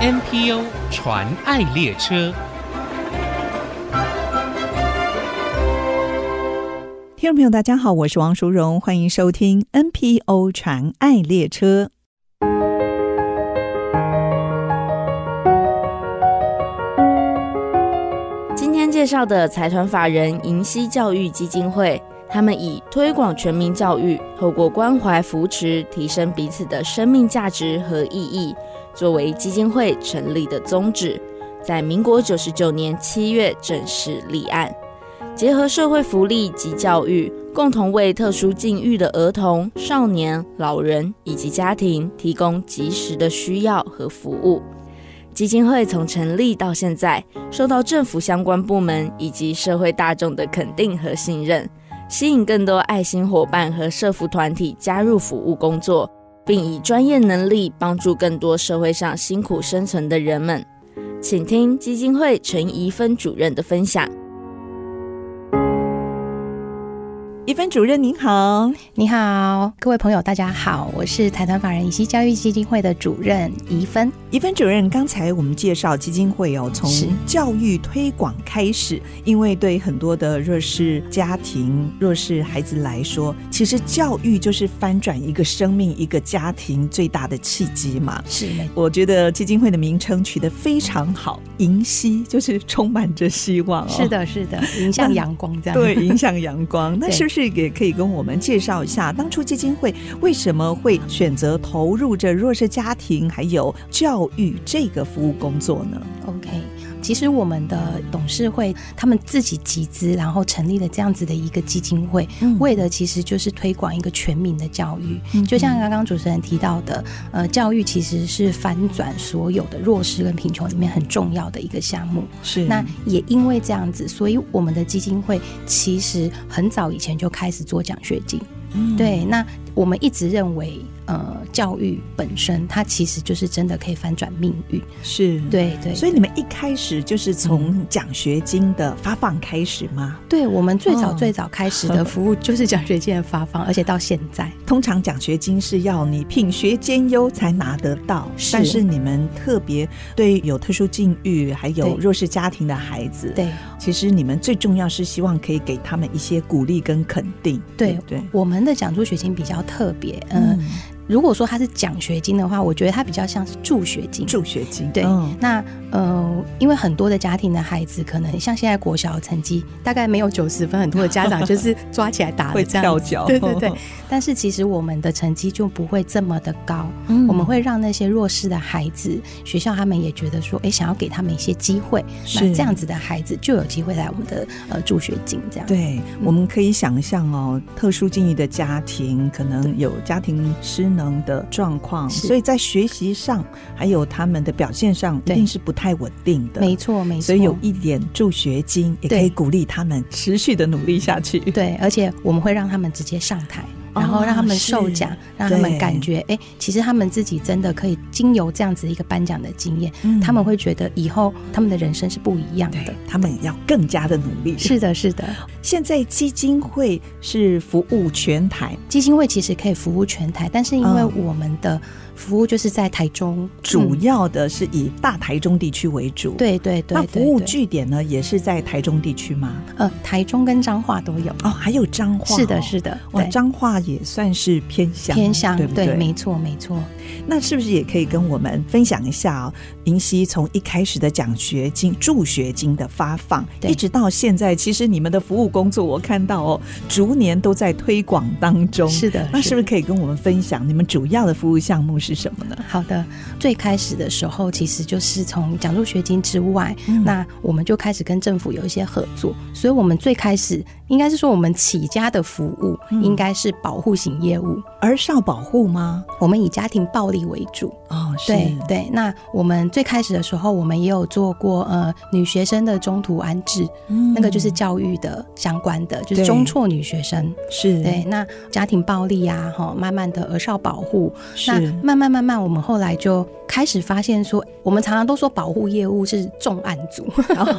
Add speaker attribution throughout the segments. Speaker 1: NPO 传爱列车。
Speaker 2: 听众朋友，大家好，我是王淑荣，欢迎收听 NPO 传爱列车。
Speaker 3: 今天介绍的财团法人银溪教育基金会，他们以推广全民教育，透过关怀扶持，提升彼此的生命价值和意义，作为基金会成立的宗旨，在民国九十九年七月正式立案，结合社会福利及教育，共同为特殊境遇的儿童、少年、老人以及家庭提供及时的需要和服务。基金会从成立到现在，受到政府相关部门以及社会大众的肯定和信任，吸引更多爱心伙伴和社服团体加入服务工作，并以专业能力帮助更多社会上辛苦生存的人们。请听基金会陈怡芬主任的分享。
Speaker 2: 一芬主任您好，
Speaker 4: 你好，各位朋友，大家好，我是财团法人以西教育基金会的主任怡芬。
Speaker 2: 一芬主任，刚才我们介绍基金会哦，从
Speaker 4: 是
Speaker 2: 教育推广开始，因为对很多的弱势家庭、弱势孩子来说，其实教育就是翻转一个生命、一个家庭最大的契机嘛。
Speaker 4: 是，
Speaker 2: 我觉得基金会的名称取得非常好，银溪就是充满着希望哦。
Speaker 4: 是的，是的，迎向阳光这样。
Speaker 2: 对，影响阳 光。那
Speaker 4: 对
Speaker 2: 是不是也可以跟我们介绍一下，当初基金会为什么会选择投入这弱势家庭还有教育这个服务工作呢？
Speaker 4: 哦，OK。其实我们的董事会他们自己集资，然后成立了这样子的一个基金会，
Speaker 2: 嗯
Speaker 4: 为的其实就是推广一个全民的教育。
Speaker 2: 嗯
Speaker 4: 就像刚啊刚主持人提到的，呃，教育其实是翻转所有的弱势跟贫穷里面很重要的一个项目。
Speaker 2: 是
Speaker 4: 那也因为这样子，所以我们的基金会其实很早以前就开始做奖学金。
Speaker 2: 嗯
Speaker 4: 对，那我们一直认为，呃，教育本身它其实就是真的可以翻转命运。
Speaker 2: 是。
Speaker 4: 对嗯对，
Speaker 2: 所以你们一开始就是从奖学金的发放开始吗？
Speaker 4: 对我们最早
Speaker 2: 哦
Speaker 4: 最早开始的服务就是奖学金的发放，而且到现在。
Speaker 2: 通常奖学金是要你品学兼优才拿得到，
Speaker 4: 是
Speaker 2: 但是你们特别对有特殊境遇还有
Speaker 4: 对
Speaker 2: 弱势家庭的孩子，
Speaker 4: 对，
Speaker 2: 其实你们最重要是希望可以给他们一些鼓励跟肯定，
Speaker 4: 对
Speaker 2: 不对，
Speaker 4: 我们的奖助学金比较特别。嗯，如果说它是奖学金的话，我觉得它比较像是助学金。
Speaker 2: 助学金，
Speaker 4: 对，
Speaker 2: 嗯
Speaker 4: 那呃，因为很多的家庭的孩子，可能像现在国小的成绩大概没有九十分，很多的家长就是 抓起来打了
Speaker 2: 会
Speaker 4: 这样
Speaker 2: 跳
Speaker 4: 子
Speaker 2: 脚
Speaker 4: 对对对。但是其实我们的成绩就不会这么的高，
Speaker 2: 嗯
Speaker 4: 我们会让那些弱势的孩子，学校他们也觉得说，哎，想要给他们一些机会，那
Speaker 2: 是
Speaker 4: 这样子的孩子就有机会来我们的呃助学金这样。
Speaker 2: 对，我们可以想象哦，特殊境遇的家庭可能有家庭失能的状况，
Speaker 4: 是
Speaker 2: 所以在学习上还有他们的表现上，一
Speaker 4: 对
Speaker 2: 定是不太稳定的。
Speaker 4: 没错没错。
Speaker 2: 所以有一点助学金，也可以
Speaker 4: 对
Speaker 2: 鼓励他们持续的努力下去。
Speaker 4: 对，而且我们会让他们直接上台，
Speaker 2: 哦
Speaker 4: 然后让他们
Speaker 2: 是
Speaker 4: 受奖，让他们
Speaker 2: 对
Speaker 4: 感觉，哎，其实他们自己真的可以经由这样子一个颁奖的经验，
Speaker 2: 嗯
Speaker 4: 他们会觉得以后他们的人生是不一样的
Speaker 2: 对。他们要更加的努力。
Speaker 4: 是的，是的，
Speaker 2: 现在基金会是服务全台，
Speaker 4: 基金会其实可以服务全台，但是因为
Speaker 2: 嗯
Speaker 4: 我们的服务就是在台中，
Speaker 2: 主
Speaker 4: 嗯
Speaker 2: 要的是以大台中地区为主。。
Speaker 4: 对对对，
Speaker 2: 那
Speaker 4: 对
Speaker 2: 服务
Speaker 4: 对
Speaker 2: 据点呢，也是在台中地区吗？
Speaker 4: 呃，台中跟彰化都有。
Speaker 2: 哦，还有彰化、哦
Speaker 4: 是的，。是的，
Speaker 2: 哇，
Speaker 4: 对
Speaker 2: 彰化也算是偏乡，
Speaker 4: 偏向
Speaker 2: 对不对？
Speaker 4: 没错，没错。
Speaker 2: 那是不是也可以跟我们分享一下哦？银溪从一开始的奖学金、助学金的发放，
Speaker 4: 对
Speaker 2: 一直到现在，其实你们的服务工作，我看到哦，逐年都在推广当中。
Speaker 4: 是的，
Speaker 2: 那是不是
Speaker 4: 是
Speaker 2: 可以跟我们分享你们主要的服务项目是什么呢？
Speaker 4: 好的，最开始的时候，其实就是从奖助学金之外，
Speaker 2: 嗯
Speaker 4: 那我们就开始跟政府有一些合作。所以，我们最开始应该是说，我们起家的服务
Speaker 2: 嗯
Speaker 4: 应该是保护型业务，
Speaker 2: 儿少保护吗？
Speaker 4: 我们以家庭暴力为主。
Speaker 2: 哦，是
Speaker 4: 对对，那我们最开始的时候，我们也有做过呃女学生的中途安置，
Speaker 2: 嗯
Speaker 4: 那个就是教育的相关的，
Speaker 2: 对
Speaker 4: 就是中辍女学生。
Speaker 2: 是
Speaker 4: 对，那家庭暴力啊，哈，慢慢的儿少保护，
Speaker 2: 是
Speaker 4: 那慢慢慢慢慢，我们后来就开始发现说，我们常常都说保护业务是重案 组，然后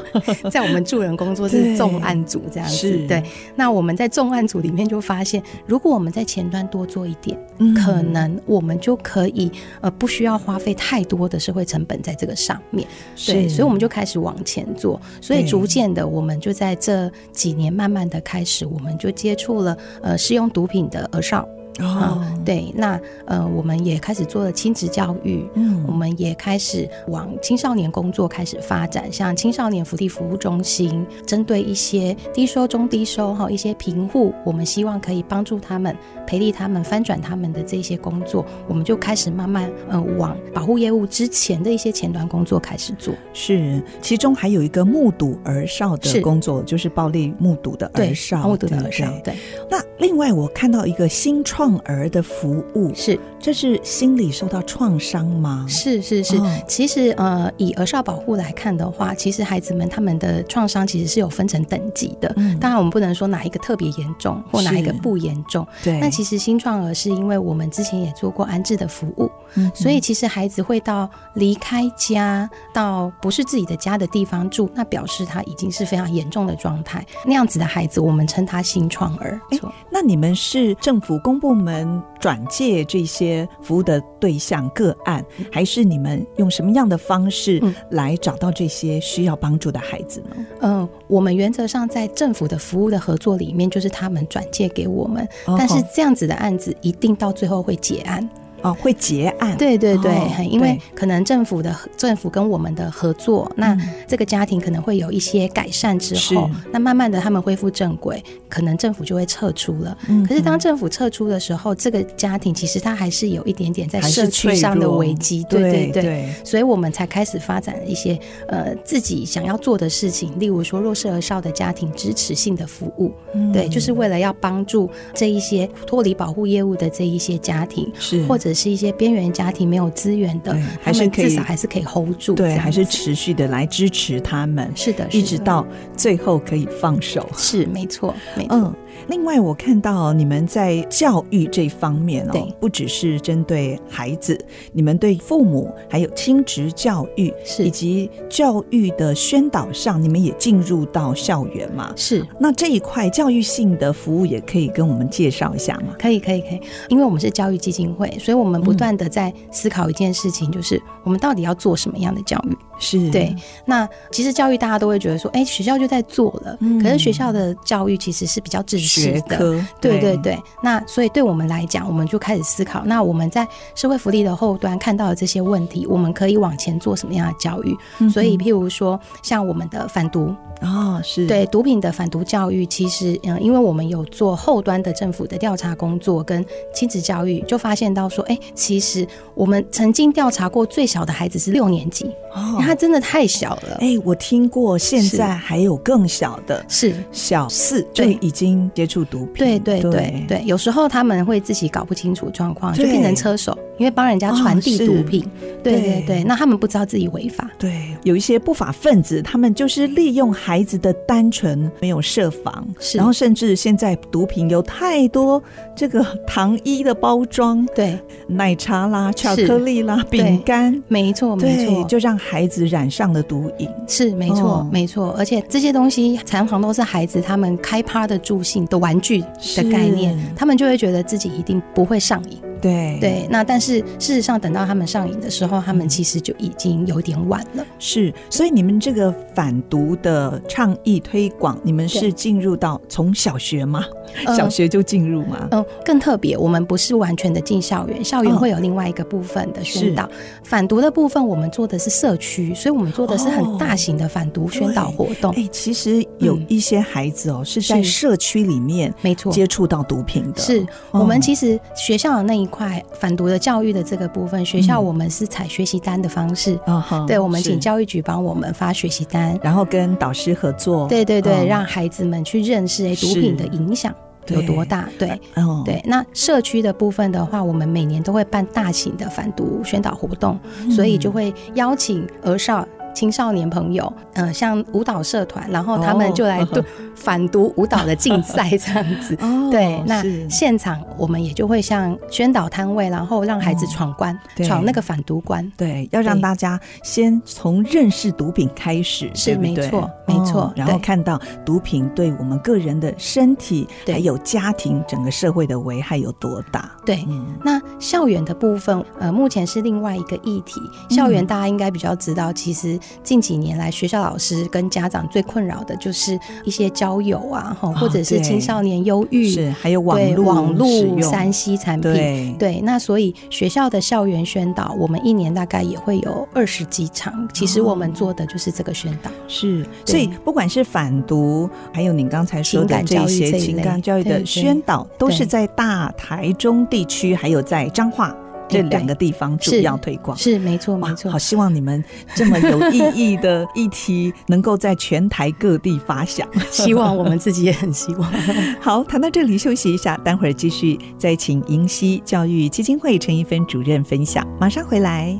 Speaker 4: 在我们助人工作
Speaker 2: 对
Speaker 4: 是重案组这样
Speaker 2: 是
Speaker 4: 子。对，那我们在重案组里面就发现，如果我们在前端多做一点，
Speaker 2: 嗯
Speaker 4: 可能我们就可以呃不需要花费太多的社会成本在这个上面。对，
Speaker 2: 是
Speaker 4: 所以我们就开始往前做，所以
Speaker 2: 对
Speaker 4: 逐渐的，我们就在这几年慢慢的开始，我们就接触了呃试用毒品的儿少啊、
Speaker 2: 哦，
Speaker 4: 对，那呃我们也开始做了亲子教育。
Speaker 2: 嗯
Speaker 4: 我们也开始往青少年工作开始发展，像青少年福利服务中心，针对一些低收、中低收哈一些贫户，我们希望可以帮助他们、培力他们、翻转他们的这些工作，我们就开始慢慢呃往保护业务之前的一些前端工作开始做。
Speaker 2: 是，其中还有一个目睹儿少的
Speaker 4: 是
Speaker 2: 工作，就是暴力目睹的
Speaker 4: 对
Speaker 2: 儿少，
Speaker 4: 目睹
Speaker 2: 对
Speaker 4: 的儿
Speaker 2: 不
Speaker 4: 少
Speaker 2: 对，
Speaker 4: 对，
Speaker 2: 那另外我看到一个新创儿的服务，
Speaker 4: 是
Speaker 2: 这是心理受到创伤吗？
Speaker 4: 是是是。
Speaker 2: 哦
Speaker 4: 其实呃，以儿少保护来看的话，其实孩子们他们的创伤其实是有分成等级的。
Speaker 2: 嗯
Speaker 4: 当然，我们不能说哪一个特别严重或哪一个
Speaker 2: 是
Speaker 4: 不严重。
Speaker 2: 对，
Speaker 4: 那其实新创儿是因为我们之前也做过安置的服务，
Speaker 2: 嗯
Speaker 4: 所以其实孩子会到离开家到不是自己的家的地方住，那表示他已经是非常严重的状态。那样子的孩子，我们称他新创儿。
Speaker 2: 哎
Speaker 4: 错
Speaker 2: 那你们是政府公部门转介这些服务的对象个案，还是你们用什么样的方式
Speaker 4: 嗯
Speaker 2: 来找到这些需要帮助的孩子呢？
Speaker 4: 嗯，我们原则上在政府的服务的合作里面，就是他们转介给我们，
Speaker 2: 哦
Speaker 4: 但是这样子的案子一定到最后会结案。
Speaker 2: 哦，会结案，
Speaker 4: 对对对，
Speaker 2: 哦
Speaker 4: 嘿因为
Speaker 2: 对
Speaker 4: 可能政府的政府跟我们的合作，那
Speaker 2: 嗯
Speaker 4: 这个家庭可能会有一些改善之后
Speaker 2: 是，
Speaker 4: 那慢慢的他们恢复正轨，可能政府就会撤出了。
Speaker 2: 嗯，
Speaker 4: 可是当政府撤出的时候，这个家庭其实它还是有一点点在
Speaker 2: 还是
Speaker 4: 社区
Speaker 2: 脆
Speaker 4: 上的
Speaker 2: 弱
Speaker 4: 危机。
Speaker 2: 对
Speaker 4: 对对。所以我们才开始发展一些呃自己想要做的事情，例如说弱势儿少的家庭支持性的服务，
Speaker 2: 嗯
Speaker 4: 对，就是为了要帮助这一些脱离保护业务的这一些家庭，
Speaker 2: 是
Speaker 4: 或者是一些边缘家庭没有资源的
Speaker 2: 嗯对，还
Speaker 4: 他
Speaker 2: 是
Speaker 4: 们
Speaker 2: 可以
Speaker 4: 至少还是可以 hold 住，这
Speaker 2: 对，
Speaker 4: 样
Speaker 2: 还是
Speaker 4: 子
Speaker 2: 持续的来支持他们，
Speaker 4: 是的，
Speaker 2: 一
Speaker 4: 是
Speaker 2: 直
Speaker 4: 的
Speaker 2: 到最后可以放手。
Speaker 4: 是没错，没错，
Speaker 2: 嗯，另外我看到你们在教育这方面哦
Speaker 4: 对，
Speaker 2: 不只是针对孩子，你们对父母还有亲职教育
Speaker 4: 是
Speaker 2: 以及教育的宣导上，你们也进入到校园嘛？
Speaker 4: 是。
Speaker 2: 那这一块教育性的服务也可以跟我们介绍一下吗？
Speaker 4: 可以，可以，可以，因为我们是教育基金会，所以我们不断的在思考一件事情，就是我们到底要做什么样的教育。
Speaker 2: 是
Speaker 4: 对，那其实教育大家都会觉得说，哎、学校就在做了，
Speaker 2: 嗯
Speaker 4: 可是学校的教育其实是比较制式
Speaker 2: 学
Speaker 4: 的。
Speaker 2: 科，哎
Speaker 4: 对对对，那所以对我们来讲，我们就开始思考，那我们在社会福利的后端看到的这些问题，我们可以往前做什么样的教育？
Speaker 2: 嗯
Speaker 4: 所以，譬如说，像我们的反毒，
Speaker 2: 哦，是
Speaker 4: 对毒品的反毒教育，其实嗯，因为我们有做后端的政府的调查工作跟亲子教育，就发现到说，哎，其实我们曾经调查过最小的孩子是六年级，因
Speaker 2: 哦
Speaker 4: 为，他真的太小了。
Speaker 2: 哎，我听过，现
Speaker 4: 是
Speaker 2: 在还有更小的
Speaker 4: 是，
Speaker 2: 小四就
Speaker 4: 对
Speaker 2: 已经接触毒品，
Speaker 4: 对对对对，有时候他们会自己搞不清楚状况，就
Speaker 2: 对
Speaker 4: 变成车手，因为帮人家传递
Speaker 2: 哦是
Speaker 4: 毒品。对
Speaker 2: 对
Speaker 4: 对对，那他们不知道自己违法。
Speaker 2: 对，有一些不法分子，他们就是利用孩子的单纯，没有设防，
Speaker 4: 是
Speaker 2: 然后甚至现在毒品有太多这个糖衣的包装，
Speaker 4: 对，
Speaker 2: 奶茶啦、巧克力啦、
Speaker 4: 对
Speaker 2: 饼干，
Speaker 4: 没错没
Speaker 2: 对，
Speaker 4: 错，
Speaker 2: 就让孩子染上了毒瘾。
Speaker 4: 是没错、
Speaker 2: 哦
Speaker 4: 没错。而且这些东西常常都是孩子他们开趴的助兴的玩具
Speaker 2: 是嗯
Speaker 4: 的概念，他们就会觉得自己一定不会上瘾。
Speaker 2: 对，
Speaker 4: 对，那但是事实上，等到他们上瘾的时候，他们其实就已经有点晚了。
Speaker 2: 是。所以你们这个反毒的倡议推广，你们是
Speaker 4: 对
Speaker 2: 进入到从小学吗？
Speaker 4: 呃
Speaker 2: 小学就进入吗？
Speaker 4: 嗯，更特别，我们不是完全的进校园，校园
Speaker 2: 嗯
Speaker 4: 会有另外一个部分的
Speaker 2: 是
Speaker 4: 宣导。反毒的部分，我们做的是社区，所以我们做的是
Speaker 2: 哦
Speaker 4: 很大型的反毒宣导活动。
Speaker 2: 哎、其实有
Speaker 4: 呃哦嗯
Speaker 2: 一些孩子哦，是在
Speaker 4: 是
Speaker 2: 社区里面
Speaker 4: 没错，
Speaker 2: 接触到毒品的，
Speaker 4: 是
Speaker 2: 哦
Speaker 4: 我们其实学校的那一块反毒的教育的这个部分，学校我们是采学习单的方式，
Speaker 2: 啊哈
Speaker 4: 对，我们
Speaker 2: 嗯
Speaker 4: 请，
Speaker 2: 是
Speaker 4: 教育局帮我们发学习单。
Speaker 2: 然后跟导师合作，
Speaker 4: 对对对，
Speaker 2: 嗯
Speaker 4: 让孩子们去认识诶毒
Speaker 2: 是
Speaker 4: 品的影响有多，大。对
Speaker 2: 对哦，
Speaker 4: 对，那社区的部分的话，我们
Speaker 2: 嗯
Speaker 4: 每年都会办大型的反毒宣导活动，所以就会邀请儿少。青少年朋友，呃，像舞蹈社团，然后他们就来
Speaker 2: 哦
Speaker 4: 对、反毒舞蹈的竞赛这样 子。
Speaker 2: 哦
Speaker 4: 对，那
Speaker 2: 是
Speaker 4: 现场我们也就会像宣导摊位，然后让孩子闯关，
Speaker 2: 对
Speaker 4: 闯那个反毒关。
Speaker 2: 对，要让
Speaker 4: 对
Speaker 2: 大家先从认识毒品开始，
Speaker 4: 是
Speaker 2: 对不
Speaker 4: 没
Speaker 2: 对
Speaker 4: 错没
Speaker 2: 哦
Speaker 4: 错
Speaker 2: 然后
Speaker 4: 对
Speaker 2: 看到毒品对我们个人的身体，
Speaker 4: 对
Speaker 2: 还有家庭、整个社会的危害有多大？
Speaker 4: 对，
Speaker 2: 嗯，
Speaker 4: 那校园的部分，呃，目前是另外一个议题。校
Speaker 2: 嗯
Speaker 4: 园大家应该比较知道，其实近几年来，学校老师跟家长最困扰的就是一些交友啊，吼，或者是
Speaker 2: 哦对
Speaker 4: 青少年忧郁，
Speaker 2: 是还有网
Speaker 4: 对
Speaker 2: 络
Speaker 4: 网
Speaker 2: 使
Speaker 4: 络、
Speaker 2: 用
Speaker 4: 三 C 产品。
Speaker 2: 对
Speaker 4: 对，那所以学校的校园宣导，我们一年大概也会有二十几场。其实我们
Speaker 2: 哦
Speaker 4: 做的就是这个宣导。
Speaker 2: 是，所以
Speaker 4: 对
Speaker 2: 不管是反毒，还有你刚才说的
Speaker 4: 情感
Speaker 2: 这
Speaker 4: 教育
Speaker 2: 些
Speaker 4: 这一
Speaker 2: 情感
Speaker 4: 类
Speaker 2: 教育
Speaker 4: 对
Speaker 2: 的
Speaker 4: 对
Speaker 2: 宣导，都
Speaker 4: 对
Speaker 2: 是在大台中地区，还有在彰化这
Speaker 4: 哎
Speaker 2: 两
Speaker 4: 对
Speaker 2: 个地方主
Speaker 4: 是
Speaker 2: 要推广。
Speaker 4: 是，没错，
Speaker 2: 哇
Speaker 4: 没错
Speaker 2: 好。希望你们这么有意义的议题能够在全台各地发 想。
Speaker 4: 希望我们自己也很希望。
Speaker 2: 好，谈到这里休息一下，待会儿继续再请银溪教育基金会陈一芬主任分享，马上回来。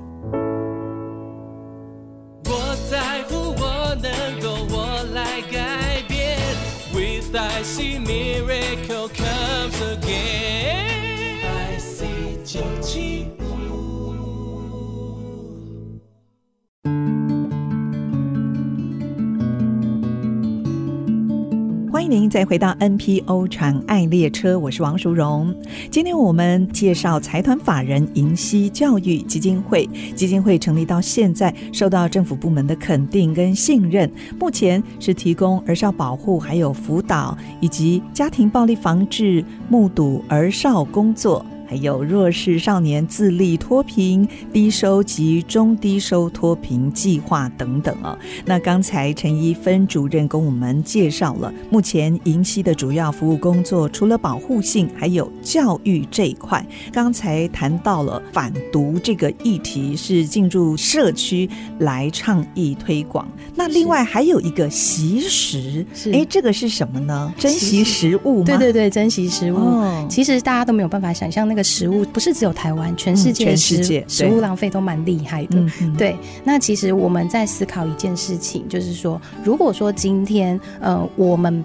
Speaker 1: 我在乎，我能够，我来改变。With I see miracle comes again。I see 九七五。
Speaker 2: 欢迎您再回到 NPO 传爱列车，我是王淑荣。今天我们介绍财团法人银溪教育基金会，基金会成立到现在，受到政府部门的肯定跟信任，目前是提供儿少保护、还有辅导，以及家庭暴力防治、目睹儿少工作。还有弱势少年自立脱贫、低收及中低收脱贫计划等等哦。那刚才陈一芬主任跟我们介绍了，目前银溪的主要服务工作除了保护性，还有教育这一块。刚才谈到了反毒这个议题是进入社区来倡议推广，那另外还有一个习食，
Speaker 4: 是
Speaker 2: 哎，这个是什么呢？珍惜
Speaker 4: 习
Speaker 2: 食物吗？
Speaker 4: 对对对，珍惜食物。
Speaker 2: 哦
Speaker 4: 其实大家都没有办法想象，那个食物不是只有台湾，全世界
Speaker 2: 嗯全
Speaker 4: 的
Speaker 2: 世
Speaker 4: 食、
Speaker 2: 界
Speaker 4: 食
Speaker 2: 对
Speaker 4: 物浪费都蛮厉害的。
Speaker 2: 嗯嗯
Speaker 4: 对，那其实我们在思考一件事情，就是说，如果说今天呃我们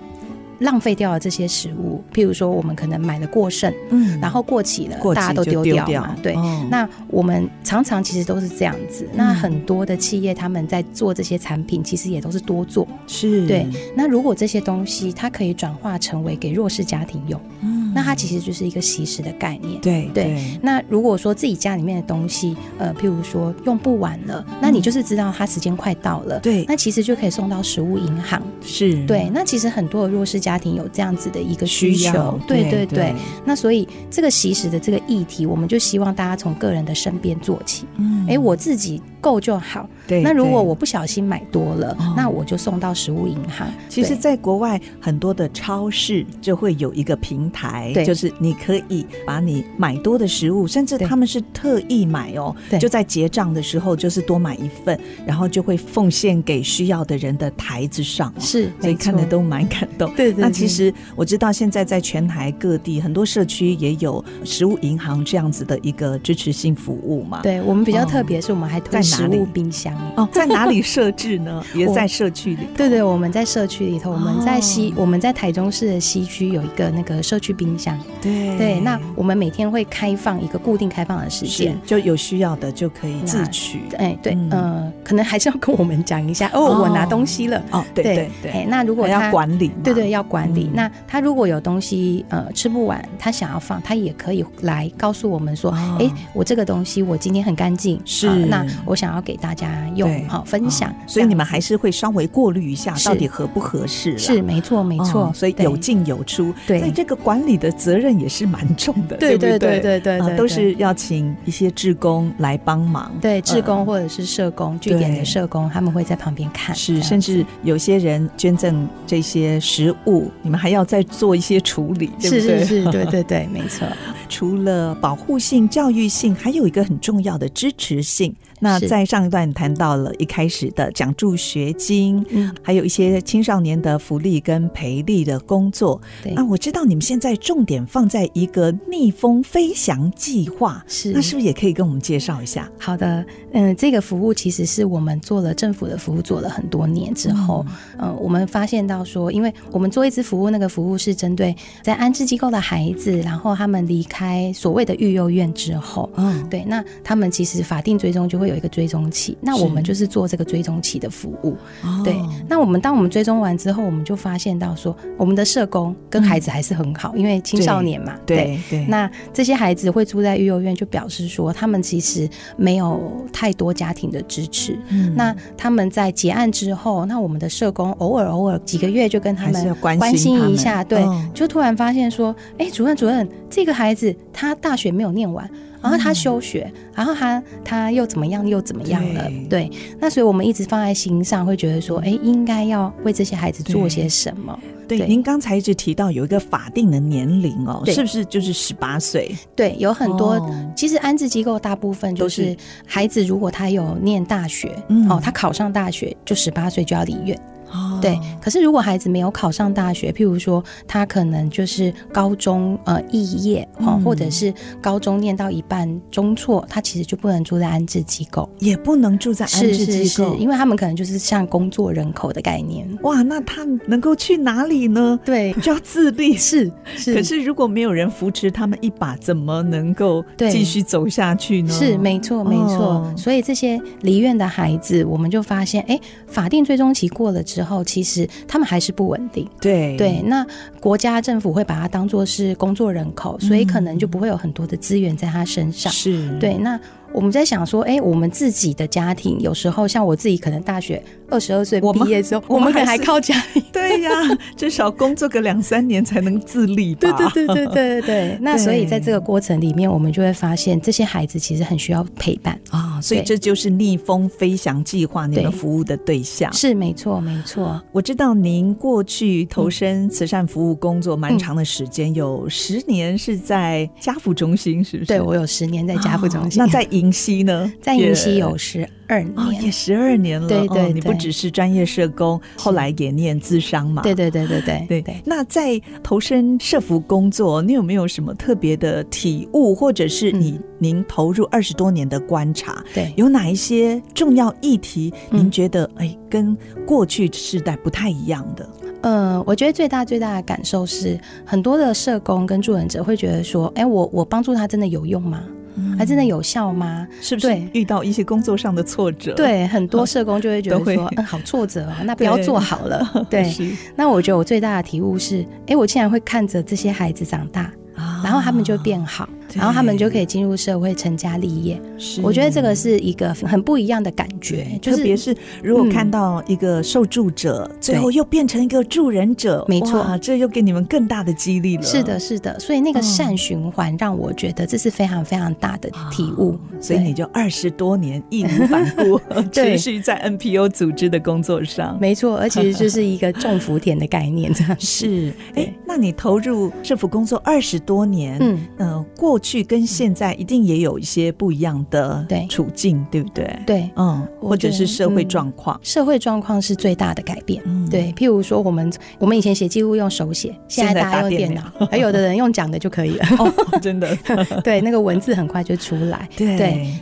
Speaker 4: 浪费掉了这些食物，譬如说我们可能买了过剩，
Speaker 2: 嗯
Speaker 4: 然后过期了，
Speaker 2: 过期
Speaker 4: 大家都
Speaker 2: 就
Speaker 4: 丢
Speaker 2: 丢
Speaker 4: 掉
Speaker 2: 掉
Speaker 4: 嘛，对。
Speaker 2: 哦
Speaker 4: 那我们常常其实都是这样子，那
Speaker 2: 嗯
Speaker 4: 很多的企业他们在做这些产品，其实也都是多做。
Speaker 2: 是
Speaker 4: 对，那如果这些东西它可以转化成为给弱势家庭用，
Speaker 2: 嗯
Speaker 4: 那它其实就是一个习食的概念。
Speaker 2: 对
Speaker 4: 对那如果说自己家里面的东西，呃，譬如说用不完了，那你就是知道它时间快到了，
Speaker 2: 嗯对
Speaker 4: 那其实就可以送到食物银行。
Speaker 2: 是
Speaker 4: 对，那其实很多的弱势家庭有这样子的一个需
Speaker 2: 需要
Speaker 4: 求，对
Speaker 2: 对
Speaker 4: 对
Speaker 2: 对
Speaker 4: 对。那所以这个习食的这个议题，我们就希望大家从个人的身边做起。
Speaker 2: 嗯
Speaker 4: 哎，我自己够就好。
Speaker 2: 对
Speaker 4: 那如果
Speaker 2: 对
Speaker 4: 我不小心买多了
Speaker 2: 哦，
Speaker 4: 那我就送到食物银行。
Speaker 2: 其实，
Speaker 4: 对
Speaker 2: 在国外很多的超市就会有一个平台，
Speaker 4: 对
Speaker 2: 就是你可以把你买多的食物，甚至
Speaker 4: 对
Speaker 2: 他们是特意买哦
Speaker 4: 对，
Speaker 2: 就在结账的时候就是多买一份，然后就会奉献给需要的人的台子上哦。
Speaker 4: 是
Speaker 2: 所以
Speaker 4: 没
Speaker 2: 看的
Speaker 4: 错
Speaker 2: 都蛮感动。
Speaker 4: 对对
Speaker 2: 那
Speaker 4: 对
Speaker 2: 其实我知道，现在在全台各地很多社区也有食物银行这样子的一个支持性服务嘛。。
Speaker 4: 对我们比较
Speaker 2: 哦
Speaker 4: 特别，是我们还
Speaker 2: 在
Speaker 4: 推
Speaker 2: 哪
Speaker 4: 食
Speaker 2: 里
Speaker 4: 物冰箱。
Speaker 2: 哦， 在哪里设置呢？也
Speaker 4: 我
Speaker 2: 在社区里。
Speaker 4: 对对，我们在社区里头，我们在西
Speaker 2: 哦，
Speaker 4: 我们在台中市的西区有一个那个社区冰箱。
Speaker 2: 对
Speaker 4: 对，那我们每天会开放一个固定开放的时
Speaker 2: 是
Speaker 4: 间。
Speaker 2: 就有需要的就可以自
Speaker 4: 那
Speaker 2: 取。
Speaker 4: 哎，对
Speaker 2: 嗯，
Speaker 4: 呃，可能还是要跟我们讲 一下
Speaker 2: 哦
Speaker 4: 哦，我拿东西了。
Speaker 2: 哦，对对
Speaker 4: 哎
Speaker 2: 对，，
Speaker 4: 那如果
Speaker 2: 还要
Speaker 4: 他
Speaker 2: 管理嘛，
Speaker 4: 对对要管理
Speaker 2: 嗯，
Speaker 4: 那他如果有东西呃吃不完，他想要放，他也可以来告诉我们说
Speaker 2: 哦，
Speaker 4: 哎，我这个东西我今天很干净，
Speaker 2: 是
Speaker 4: 啊那我想要给大家
Speaker 2: 对
Speaker 4: 用，好分享
Speaker 2: 哦。所以你们还
Speaker 4: 是
Speaker 2: 是会稍微过滤一下，
Speaker 4: 是
Speaker 2: 到底合不合适啦。
Speaker 4: 是没错没
Speaker 2: 哦
Speaker 4: 错，
Speaker 2: 所以
Speaker 4: 对
Speaker 2: 有进有出，
Speaker 4: 对
Speaker 2: 所以这个管理的责任也是蛮重的，
Speaker 4: 对
Speaker 2: 不对
Speaker 4: 对对对对
Speaker 2: 啊
Speaker 4: 对
Speaker 2: 都是要请一些志工来帮忙，
Speaker 4: 对，志工
Speaker 2: 嗯
Speaker 4: 或者是社工，据点
Speaker 2: 对
Speaker 4: 的社工，他们会在旁边看，
Speaker 2: 是，
Speaker 4: 这样
Speaker 2: 甚至有些人捐赠这些食物，你们还要再做一些处理，对不
Speaker 4: 是
Speaker 2: 对？
Speaker 4: 是是，对对对，没错，
Speaker 2: 除了保护性、教育性，还有一个很重要的支持性。那
Speaker 4: 是
Speaker 2: 在上一段谈到了一开始的奖助学金，
Speaker 4: 嗯
Speaker 2: 还有一些青少年的福利跟培力的工作。
Speaker 4: 对
Speaker 2: 那我知道你们现在重点放在一个逆风飞翔计划，
Speaker 4: 是
Speaker 2: 那是不是也可以跟我们介绍一下？
Speaker 4: 好的，嗯，这个服务其实是我们做了政府的服务，做了很多年之
Speaker 2: 哦
Speaker 4: 后，嗯、我们发现到说，因为我们做一支服务，那个服务是针对在安置机构的孩子，然后他们离开所谓的育幼院之后。
Speaker 2: 嗯，
Speaker 4: 对，那他们其实法定追踪就会有一个追踪期，那
Speaker 2: 是
Speaker 4: 我们就是做这个追踪期的服务。
Speaker 2: 哦
Speaker 4: 对，那我们当我们追踪完之后，我们就发现到说，我们的社工跟孩子还是很好，因为青少年嘛，
Speaker 2: 嗯对对，
Speaker 4: 那这些孩子会住在育幼院，就表示说他们其实没有太多家庭的支持。
Speaker 2: 嗯
Speaker 4: 那他们在结案之后，那我们的社工偶尔偶尔几个月就跟他
Speaker 2: 还是要
Speaker 4: 们
Speaker 2: 关心
Speaker 4: 关
Speaker 2: 他
Speaker 4: 心一
Speaker 2: 们
Speaker 4: 下，对，
Speaker 2: 嗯
Speaker 4: 就突然发现说，哎，主任主任，这个孩子他大学没有念完。然后他休学，
Speaker 2: 嗯
Speaker 4: 然后他他又怎么样又怎么样了？对那所以我们一直放在心上，会觉得说，哎，应该要为这些孩子做
Speaker 2: 对
Speaker 4: 些什么？
Speaker 2: 对，
Speaker 4: 对
Speaker 2: 您刚才一直提到有一个法定的年龄哦，
Speaker 4: 对
Speaker 2: 是不是就是十八岁？
Speaker 4: 对，有很多、
Speaker 2: 哦
Speaker 4: 其实安置机构大部分就
Speaker 2: 都
Speaker 4: 是孩子，如果他有念大学，
Speaker 2: 嗯
Speaker 4: 哦，他考上大学就十八岁就要离院，
Speaker 2: 哦
Speaker 4: 对。可是如果孩子没有考上大学，譬如说他可能就是高中呃肄业哦，
Speaker 2: 嗯
Speaker 4: 或者是高中念到一半中辍，他其实就不能住在安置机构。
Speaker 2: 也不能住在安
Speaker 4: 是
Speaker 2: 置
Speaker 4: 是
Speaker 2: 机
Speaker 4: 是
Speaker 2: 构，，
Speaker 4: 因为他们可能就是像工作人口的概念。
Speaker 2: 哇，那他能够去哪里 呢？
Speaker 4: 对，
Speaker 2: 就要自立。
Speaker 4: 是是，
Speaker 2: 可是如果没有人扶持他们一把，怎么能够
Speaker 4: 对
Speaker 2: 继续走下去呢？
Speaker 4: 是没错，没错。
Speaker 2: 哦
Speaker 4: 所以这些离院的孩子，我们就发现，哎，法定追踪期过了之后，其实他们还是不稳定。
Speaker 2: 对
Speaker 4: 对，那国家政府会把它当做是工作人口，所以可能
Speaker 2: 嗯
Speaker 4: 就不会有很多的资源在他身上。
Speaker 2: 是，
Speaker 4: 对，那我们在想说，哎，我们自己的家庭，有时候像我自己，可能大学二十二岁
Speaker 2: 我
Speaker 4: 毕
Speaker 2: 们
Speaker 4: 业之后，
Speaker 2: 我
Speaker 4: 我
Speaker 2: 们
Speaker 4: 们可能
Speaker 2: 还
Speaker 4: 还
Speaker 2: 是
Speaker 4: 靠家 里。
Speaker 2: 对 呀，至少工作个两三年才能自立吧。
Speaker 4: 对对对对对 对对。那所以在这个过程里面，我们就会发现，这些孩子其实很需要陪伴。
Speaker 2: 啊，所以
Speaker 4: 对
Speaker 2: 这就是逆风飞翔计划你们
Speaker 4: 对
Speaker 2: 服务的对象。
Speaker 4: 是，没错，没错。
Speaker 2: 我知道您过去投身慈善服务工作
Speaker 4: 嗯
Speaker 2: 蛮长的时间，有十年是在家福中心，是不是？
Speaker 4: 对我有十年在家福中心，
Speaker 2: 哦那在银溪呢？
Speaker 4: 在
Speaker 2: 也
Speaker 4: 云溪有十二年。
Speaker 2: 哦，也十二年了。
Speaker 4: 对对
Speaker 2: 哦你不
Speaker 4: 对
Speaker 2: 只是专业社工，后来也念智商嘛。
Speaker 4: 对对对对对
Speaker 2: 对那在投身社服工作，你有没有什么特别的体悟，或者是
Speaker 4: 嗯
Speaker 2: 你、您投入二十多年的观察，
Speaker 4: 对
Speaker 2: 有哪一些重要议题，
Speaker 4: 嗯
Speaker 2: 您觉得、哎跟过去世代不太一样的？
Speaker 4: 呃，我觉得最大最大的感受是，很多的社工跟助人者会觉得说，哎，我我帮助他真的有用吗？
Speaker 2: 嗯
Speaker 4: 还啊真的有效吗？
Speaker 2: 是不是
Speaker 4: 对
Speaker 2: 遇到一些工作上的挫折？，
Speaker 4: 对，很多社工就会觉
Speaker 2: 嗯都
Speaker 4: 得
Speaker 2: 会
Speaker 4: 说，嗯，好挫折 哦，那不要
Speaker 2: 对
Speaker 4: 做好了。对，
Speaker 2: 是
Speaker 4: 那我觉得我最大的体悟是，哎，我竟然会看着这些孩子长大，
Speaker 2: 啊
Speaker 4: 然后他们就变好，然后他们就可以进入社会成家立业。
Speaker 2: 啊是
Speaker 4: 我觉得这个是一个很不一样的感觉，就
Speaker 2: 特别
Speaker 4: 是嗯
Speaker 2: 是如果看到一个受助者，最后又变成一个助人者，
Speaker 4: 没错
Speaker 2: 哇这又给你们更大的激励了。
Speaker 4: 是的，，是的，所以那个
Speaker 2: 嗯
Speaker 4: 善循环让我觉得这是非常非常大的体悟。
Speaker 2: 啊所以你就二十多年义无反 顾，持
Speaker 4: 对
Speaker 2: 续在 NPO 组织的工作上。
Speaker 4: 没错，而其实就是一个种福田的概念，这样
Speaker 2: 是，哎
Speaker 4: 对，
Speaker 2: 那你投入社服工作二十多年，
Speaker 4: 嗯，
Speaker 2: 呃，过去跟现在一定也有一些不一样的
Speaker 4: 对
Speaker 2: 处境，对不对？
Speaker 4: 对。
Speaker 2: 嗯，
Speaker 4: 我
Speaker 2: 或者
Speaker 4: 觉
Speaker 2: 是
Speaker 4: 得
Speaker 2: 社会
Speaker 4: 嗯
Speaker 2: 状况，
Speaker 4: 社会状况是最大的改变，
Speaker 2: 嗯
Speaker 4: 对。譬如说，我们我们以前写记录用手写，现在
Speaker 2: 现在
Speaker 4: 大家
Speaker 2: 打
Speaker 4: 用
Speaker 2: 电
Speaker 4: 电脑，而有的人用讲的就可以了。
Speaker 2: 哦，真的，嗯
Speaker 4: 对，那个文字很快就出来。
Speaker 2: 对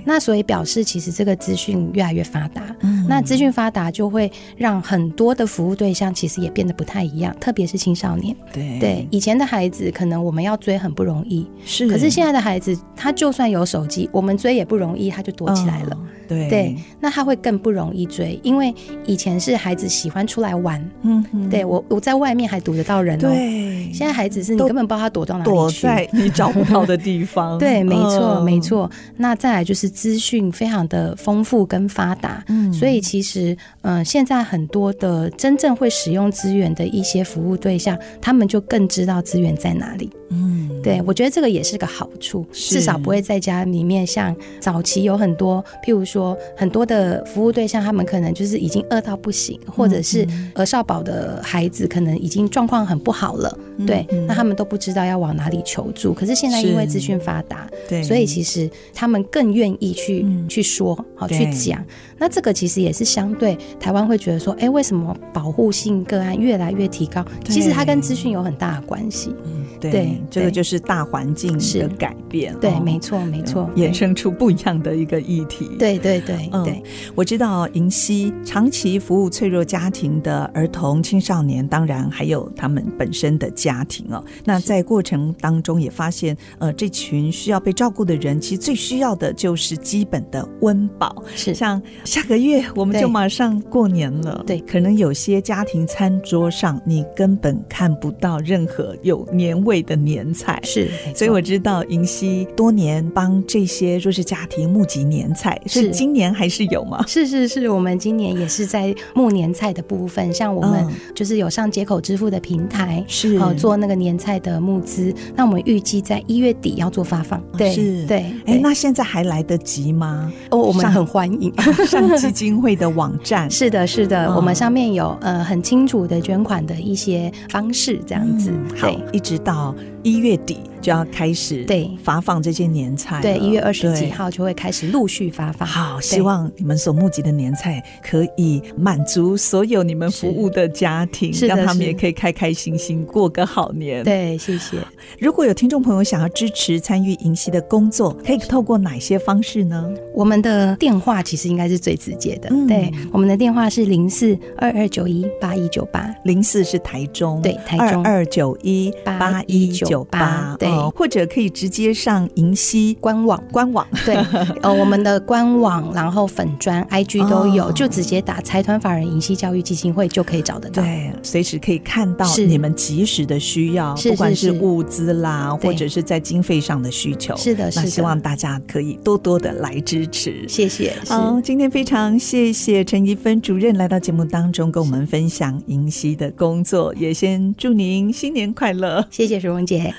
Speaker 4: 那所以表示其实这个资讯越来越发达。
Speaker 2: 嗯
Speaker 4: 那资讯发达就会让很多的服务对象其实也变得不太一样，特别是青少年。
Speaker 2: 对
Speaker 4: 对，，以前的孩子可能我们要追很不容易，
Speaker 2: 是。
Speaker 4: 可是现在的孩子他就算有手机，我们追也不容易，他就躲起来了。
Speaker 2: 嗯，对
Speaker 4: 哦对，，那他会更不容易追，因为以前是孩子喜欢出来玩，
Speaker 2: 嗯哼，
Speaker 4: 对我我在外面还堵得到人哦。
Speaker 2: 对，
Speaker 4: 现在孩子是你
Speaker 2: 都
Speaker 4: 根本不知道他躲到哪
Speaker 2: 躲
Speaker 4: 里去。
Speaker 2: 在你找不到的地方，
Speaker 4: 对，没错，
Speaker 2: 嗯
Speaker 4: 没，错。那再来就是资讯非常的丰富跟发达，
Speaker 2: 嗯
Speaker 4: 所以其实，嗯、现在很多的真正会使用资源的一些服务对象，他们就更知道资源在哪里。
Speaker 2: 嗯，
Speaker 4: 对，我觉得这个也是个好处，
Speaker 2: 是
Speaker 4: 至少不会在家里面像早期有很多，譬如说很多的服务对象，他们可能就是已经饿到不行，或
Speaker 2: 嗯
Speaker 4: 者是儿少保的孩子可能已经状况很不好了，
Speaker 2: 嗯
Speaker 4: 对，那他们都不知道要往哪里求助。可是现在
Speaker 2: 是
Speaker 4: 因为资讯发达，
Speaker 2: 嗯对，
Speaker 4: 所以其实他们更愿意去、
Speaker 2: 嗯
Speaker 4: 去说，好
Speaker 2: 对
Speaker 4: 去讲。那这个其实也是相对台湾会觉得说，哎，为什么保护性个案越来越提高？
Speaker 2: 对
Speaker 4: 其实它跟资讯有很大的关系。
Speaker 2: 嗯对
Speaker 4: 对
Speaker 2: 这个
Speaker 4: 对
Speaker 2: 就是大环境的
Speaker 4: 是
Speaker 2: 改变，
Speaker 4: 对，
Speaker 2: 哦
Speaker 4: 没错，没错，
Speaker 2: 衍生出不一样的一个议题。
Speaker 4: 对对对
Speaker 2: 嗯
Speaker 4: 对，
Speaker 2: 我知道银溪长期服务脆弱家庭的儿童、青少年，当然还有他们本身的家庭哦。那在过程当中也发现，呃，这群需要被照顾的人，其实最需要的就是基本的温饱。
Speaker 4: 是
Speaker 2: 像下个月我们
Speaker 4: 对
Speaker 2: 就马上过年了，
Speaker 4: 对
Speaker 2: 可能有些家庭餐桌上你根本看不到任何有年味的年菜，
Speaker 4: 是，没
Speaker 2: 所以
Speaker 4: 错
Speaker 2: 我知道银溪多年帮这些弱势家庭募集年菜，
Speaker 4: 是
Speaker 2: 是今年还是有吗？
Speaker 4: 是是是，我们今年也是在木年菜的部分，像我们
Speaker 2: 嗯
Speaker 4: 就是有上接口支付的平台，
Speaker 2: 是
Speaker 4: 呃，做那个年菜的募资。那我们预计在一月底要做发放，对
Speaker 2: 是
Speaker 4: 对。
Speaker 2: 哎
Speaker 4: 对，
Speaker 2: 那现在还来得及 吗？
Speaker 4: 哦，我们
Speaker 2: 上
Speaker 4: 很欢 迎。
Speaker 2: 上基金会的网站
Speaker 4: 是的，是的，
Speaker 2: 嗯
Speaker 4: 我们上面有呃很清楚的捐款的一些方式，这样子。
Speaker 2: 嗯好
Speaker 4: 对，
Speaker 2: 一直到一月底就要开始
Speaker 4: 对
Speaker 2: 发放这些年菜了，
Speaker 4: 对，一月二十几
Speaker 2: 对
Speaker 4: 号就会开始陆续发放。
Speaker 2: 好，
Speaker 4: 对
Speaker 2: 希望你们所募集的年菜可以满足所有你们服务的家庭，
Speaker 4: 是是的
Speaker 2: 让他们
Speaker 4: 是
Speaker 2: 也可以开开心心过个好年。，
Speaker 4: 对，谢谢。
Speaker 2: 如果有听众朋友想要支持参与银溪的工作，可以透过哪些方式呢？
Speaker 4: 我们的电话其实应该是最直接的，
Speaker 2: 嗯
Speaker 4: 对，我们的电话是零四二二九一八一九八，
Speaker 2: 零四是台中，
Speaker 4: 对台中
Speaker 2: 二二九一八一九八，
Speaker 4: 对
Speaker 2: 哦或者可以直接上银溪
Speaker 4: 官网。
Speaker 2: 官网，
Speaker 4: 对， 呃，我们的官网，然后粉砖、IG 都有，
Speaker 2: 哦
Speaker 4: 就直接打财团法人银溪教育基金会就可以找得到。
Speaker 2: 对，随时可以看到
Speaker 4: 是
Speaker 2: 你们及时的需要，
Speaker 4: 是
Speaker 2: 不管
Speaker 4: 是
Speaker 2: 是
Speaker 4: 是
Speaker 2: 物资啦，
Speaker 4: 对
Speaker 2: 或者是在经费上的需求，
Speaker 4: 是的，是
Speaker 2: 那
Speaker 4: 的，
Speaker 2: 希望大家可以多多的来支持。
Speaker 4: 谢谢，是
Speaker 2: 好，今天非常谢谢陈怡芬主任来到节目当中，跟我们分享银溪的工作，也先祝您新年快乐。
Speaker 4: 谢谢水荣姐。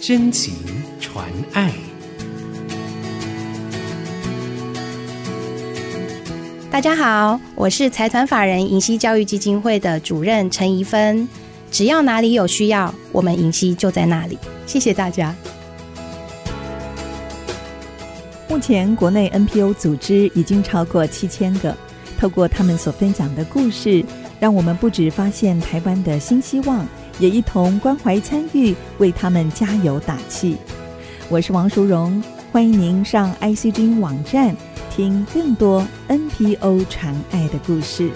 Speaker 1: 真情传爱。
Speaker 4: 大家好，我是财团法人银溪教育基金会的主任陈怡芬。只要哪里有需要，我们银溪就在那里。谢谢大家。
Speaker 2: 目前国内 NPO 组织已经超过七千个，透过他们所分享的故事，让我们不止发现台湾的新希望，也一同关怀参与，为他们加油打气。我是王淑荣，欢迎您上 IC 君网站听更多 NPO 传爱的故事。